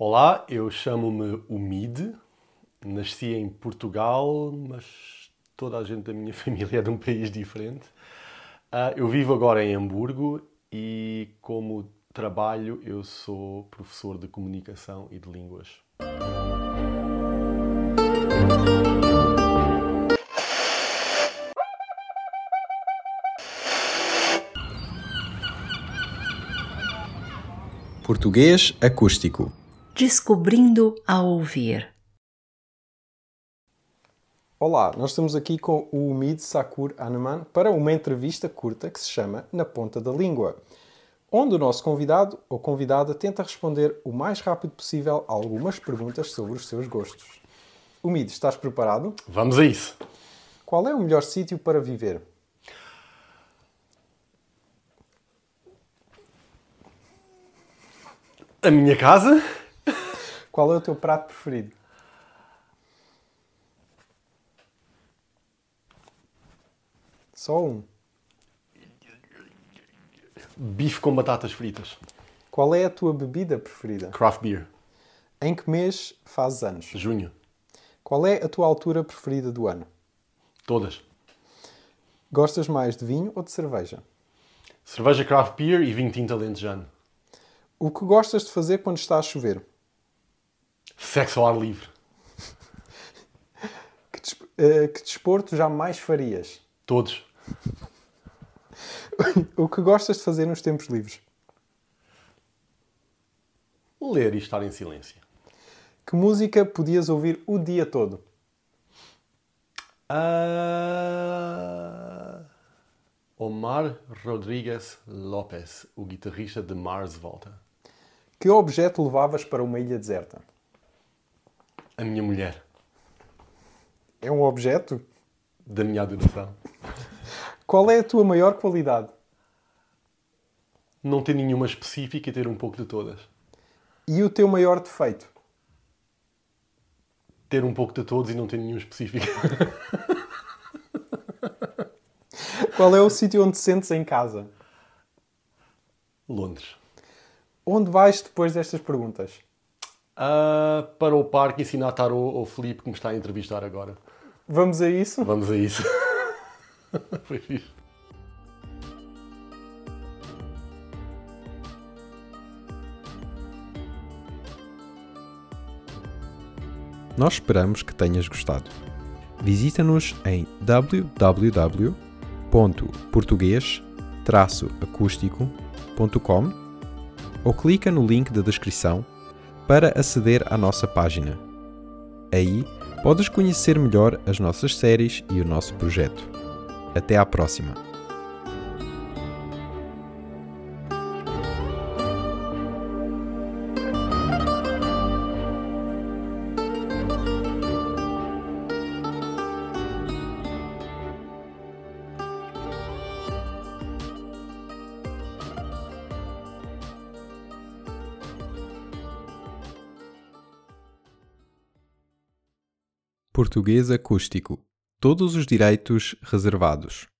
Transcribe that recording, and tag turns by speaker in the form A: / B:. A: Olá, eu chamo-me Umid, nasci em Portugal, mas toda a gente da minha família é de um país diferente. Ah, eu vivo agora em Hamburgo e, como trabalho, eu sou professor de comunicação e de línguas.
B: Português acústico.
C: Descobrindo a ouvir.
B: Olá, nós estamos aqui com o Umid Sakur Anuman para uma entrevista curta que se chama Na Ponta da Língua, onde o nosso convidado ou convidada tenta responder o mais rápido possível a algumas perguntas sobre os seus gostos. Umid, estás preparado?
A: Vamos a isso!
B: Qual é o melhor sítio para viver?
A: A minha casa?
B: Qual é o teu prato preferido? Só um.
A: Bife com batatas fritas.
B: Qual é a tua bebida preferida?
A: Craft beer.
B: Em que mês fazes anos?
A: Junho.
B: Qual é a tua altura preferida do ano?
A: Todas.
B: Gostas mais de vinho ou de cerveja?
A: Cerveja craft beer e um vinho tinto alentejano.
B: O que gostas de fazer quando está a chover?
A: Sexo ao ar livre.
B: Que, des- eh, que desporto jamais farias?
A: Todos.
B: O que gostas de fazer nos tempos livres?
A: Ler e estar em silêncio.
B: Que música podias ouvir o dia todo?
A: Ah, Omar Rodrigues Lopes, o guitarrista de Mars Volta.
B: Que objeto levavas para uma ilha deserta?
A: A minha mulher,
B: É um objeto?
A: da minha adoração.
B: Qual é a tua maior qualidade?
A: Não ter nenhuma específica e ter um pouco de todas.
B: E o teu maior defeito?
A: Ter um pouco de todos e não ter nenhum específico.
B: Qual é o sítio onde te sentes em casa?
A: Londres.
B: Onde vais depois destas perguntas?
A: Ah, para o parque ensinar tarô ao Filipe que me está a entrevistar agora.
B: Vamos a isso?
A: Vamos a isso. Foi fixe.
B: Nós esperamos que tenhas gostado. Visita-nos em www.português-acústico.com ou clica no link da descrição para aceder à nossa página. Aí podes conhecer melhor as nossas séries e o nosso projeto. Até à próxima! Português Acústico. Todos os direitos reservados.